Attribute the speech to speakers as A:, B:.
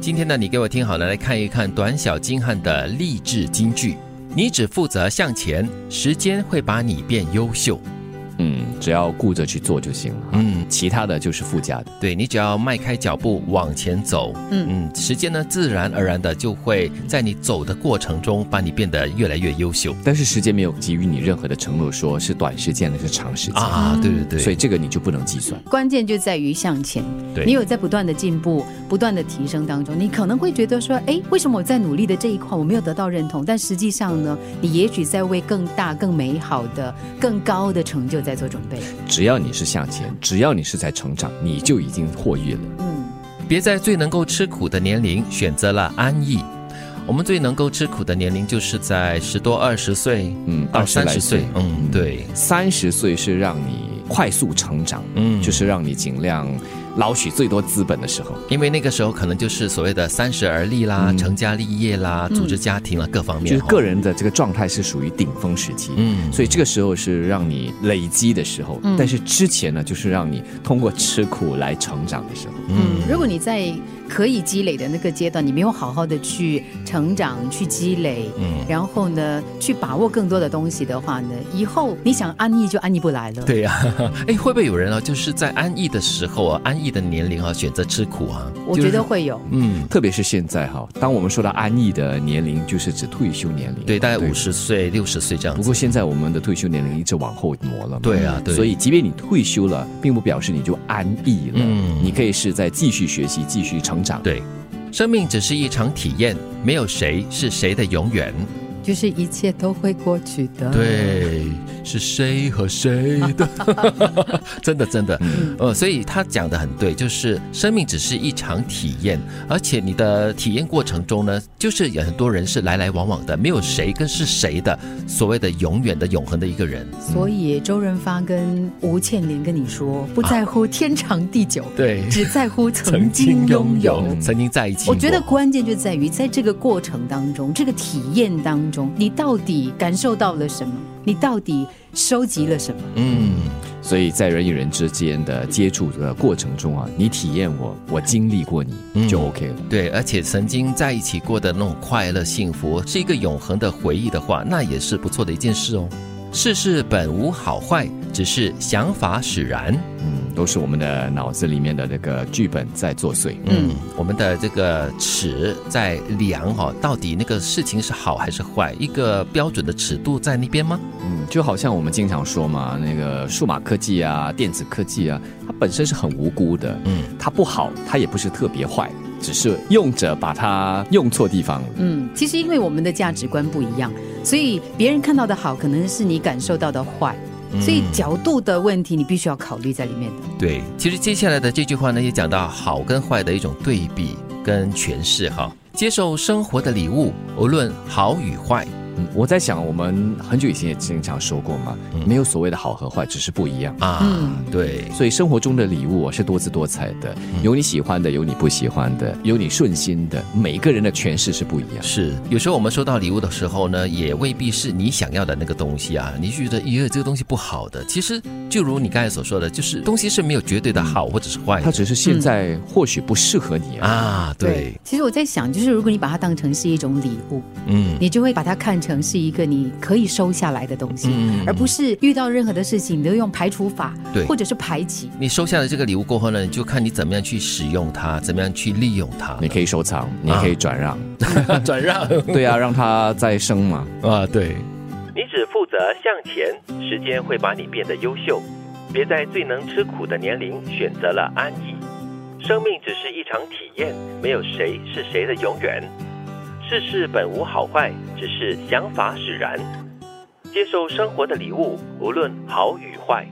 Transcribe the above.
A: 今天呢，你给我听好了，来看一看短小精悍的励志金句。你只负责向前，时间会把你变优秀。
B: 嗯，只要顾着去做就行了。
A: 嗯，
B: 其他的就是附加的。
A: 对你只要迈开脚步往前走，
C: 嗯
A: 嗯，时间呢，自然而然的就会在你走的过程中把你变得越来越优秀
B: 但是时间没有给予你任何的承诺，说是短时间的，是长时间。
A: 啊！对对对，
B: 所以这个你就不能计算。
C: 关键就在于向前。
A: 对
C: 你有在不断的进步、不断的提升当中，你可能会觉得说，哎，为什么我在努力的这一块我没有得到认同？但实际上呢，
A: 嗯
C: 你也许在为更大、更美好的、更高的成就在做准备。
B: 只要你是向前，只要你是在成长，你就已经获益了。
C: 嗯，
A: 别在最能够吃苦的年龄选择了安逸。我们最能够吃苦的年龄就是在十多二十岁
B: 嗯，
A: 到
B: 20来
A: 三十岁，嗯，对，
B: 三十岁是让你快速成长，
A: 嗯，
B: 就是让你尽量捞取最多资本的时候。
A: 因为那个时候可能就是所谓的三十而立啦、成家立业啦、组织家庭啦各方
B: 嗯就
A: 面
B: 是
A: 哈，
B: 个人的这个状态是属于顶峰时期，
A: 嗯
B: 所以这个时候是让你累积的时候，
C: 嗯
B: 但是之前呢，就是让你通过吃苦来成长的时候。
C: 嗯，如果你在可以积累的那个阶段，你没有好好的去成长、去积累，
A: 嗯
C: 然后呢，去把握更多的东西的话呢，以后你想安逸就安逸不来了。，
A: 对呀、 哎，会不会有人啊，就是在安逸的时候啊，安逸的年龄啊，选择吃苦啊？
C: 我觉得会有。
A: 嗯，
B: 特别是现在哈，当我们说到安逸的年龄，就是指退休年龄，
A: 对，大概五。十岁、六十岁这样
B: 嗯不
A: 子
B: 过。现在我们的退休年龄一直往后挪了嘛，
A: 对啊对
B: 所以即便你退休了，并不表示你就安逸了，
A: 嗯
B: 你可以是在继续学习、继续成长。
A: 对，生命只是一场体验，没有谁是谁的永远。
C: 就是一切都会过去
A: 啊
C: 的。，
A: 对，是谁和谁的？ 真的，真的，呃，所以他讲的很对，就是生命只是一场体验，而且你的体验过程中呢，就是有很多人是来来往往的，没有谁跟是谁的所谓的永远的、永恒的一个人。
C: 所以周润发跟吴倩莲跟你说，不在乎天长地久，
A: 对
C: 只在乎曾经拥有。
A: 曾经在一起过。
C: 我觉得关键就在于在这个过程当中，这个体验当中，你到底感受到了什么？你到底收集了什么？
A: 嗯，
B: 所以在人与人之间的接触的过程中啊，你体验我，我经历过你，
A: 嗯
B: 就 OK 了。
A: 对，而且曾经在一起过的那种快乐、幸福，是一个永恒的回忆的话，那也是不错的一件事哦。世事本无好坏，只是想法使然。
B: 嗯，都是我们的脑子里面的那个剧本在作祟。
A: 嗯，我们的这个尺在量哈、哦，到底那个事情是好还是坏，一个标准的尺度在那边吗？
B: 嗯，就好像我们经常说嘛，那个数码科技啊、电子科技啊，它本身是很无辜的。
A: 嗯，
B: 它不好，它也不是特别坏，只是用者把它用错地方了。
C: 嗯，其实因为我们的价值观不一样，所以别人看到的好，可能是你感受到的坏，所以角度的问题，你必须要考虑在里面的。
A: 对，其实接下来的这句话呢，也讲到好跟坏的一种对比跟诠释哈。接受生活的礼物，无论好与坏，
B: 嗯我在想，我们很久以前也经常说过嘛，没有所谓的好和坏，只是不一样。
A: 啊，
C: 嗯
A: 对，
B: 所以生活中的礼物啊是多姿多彩的，有你喜欢的，有你不喜欢的，有你顺心的，每个人的诠释是不一样。
A: 是有时候我们收到礼物的时候呢，也未必是你想要的那个东西啊，你觉得耶这个东西不好的，其实就如你刚才所说的，就是东西是没有绝对的好或者是坏
B: 它
A: 的
B: 只是现在或许不适合你啊。
A: 啊，对，，
C: 其实我在想，就是如果你把它当成是一种礼物，
A: 嗯
C: 你就会把它看成是一个你可以收下来的东西，
A: 嗯
C: 而不是遇到任何的事情你都用排除法，
A: 对
C: 或者是排挤。
A: 你收下了这个礼物过后呢，你就看你怎么样去使用它，怎么样去利用它，
B: 你可以收藏，你可以转让，
A: 转让
B: 对啊，让它再生嘛。
A: 啊，对。你只负责向前，时间会把你变得优秀。别在最能吃苦的年龄选择了安逸。生命只是一场体验，没有谁是谁的永远。世事本无好坏，只是想法使然。接受生活的礼物，无论好与坏，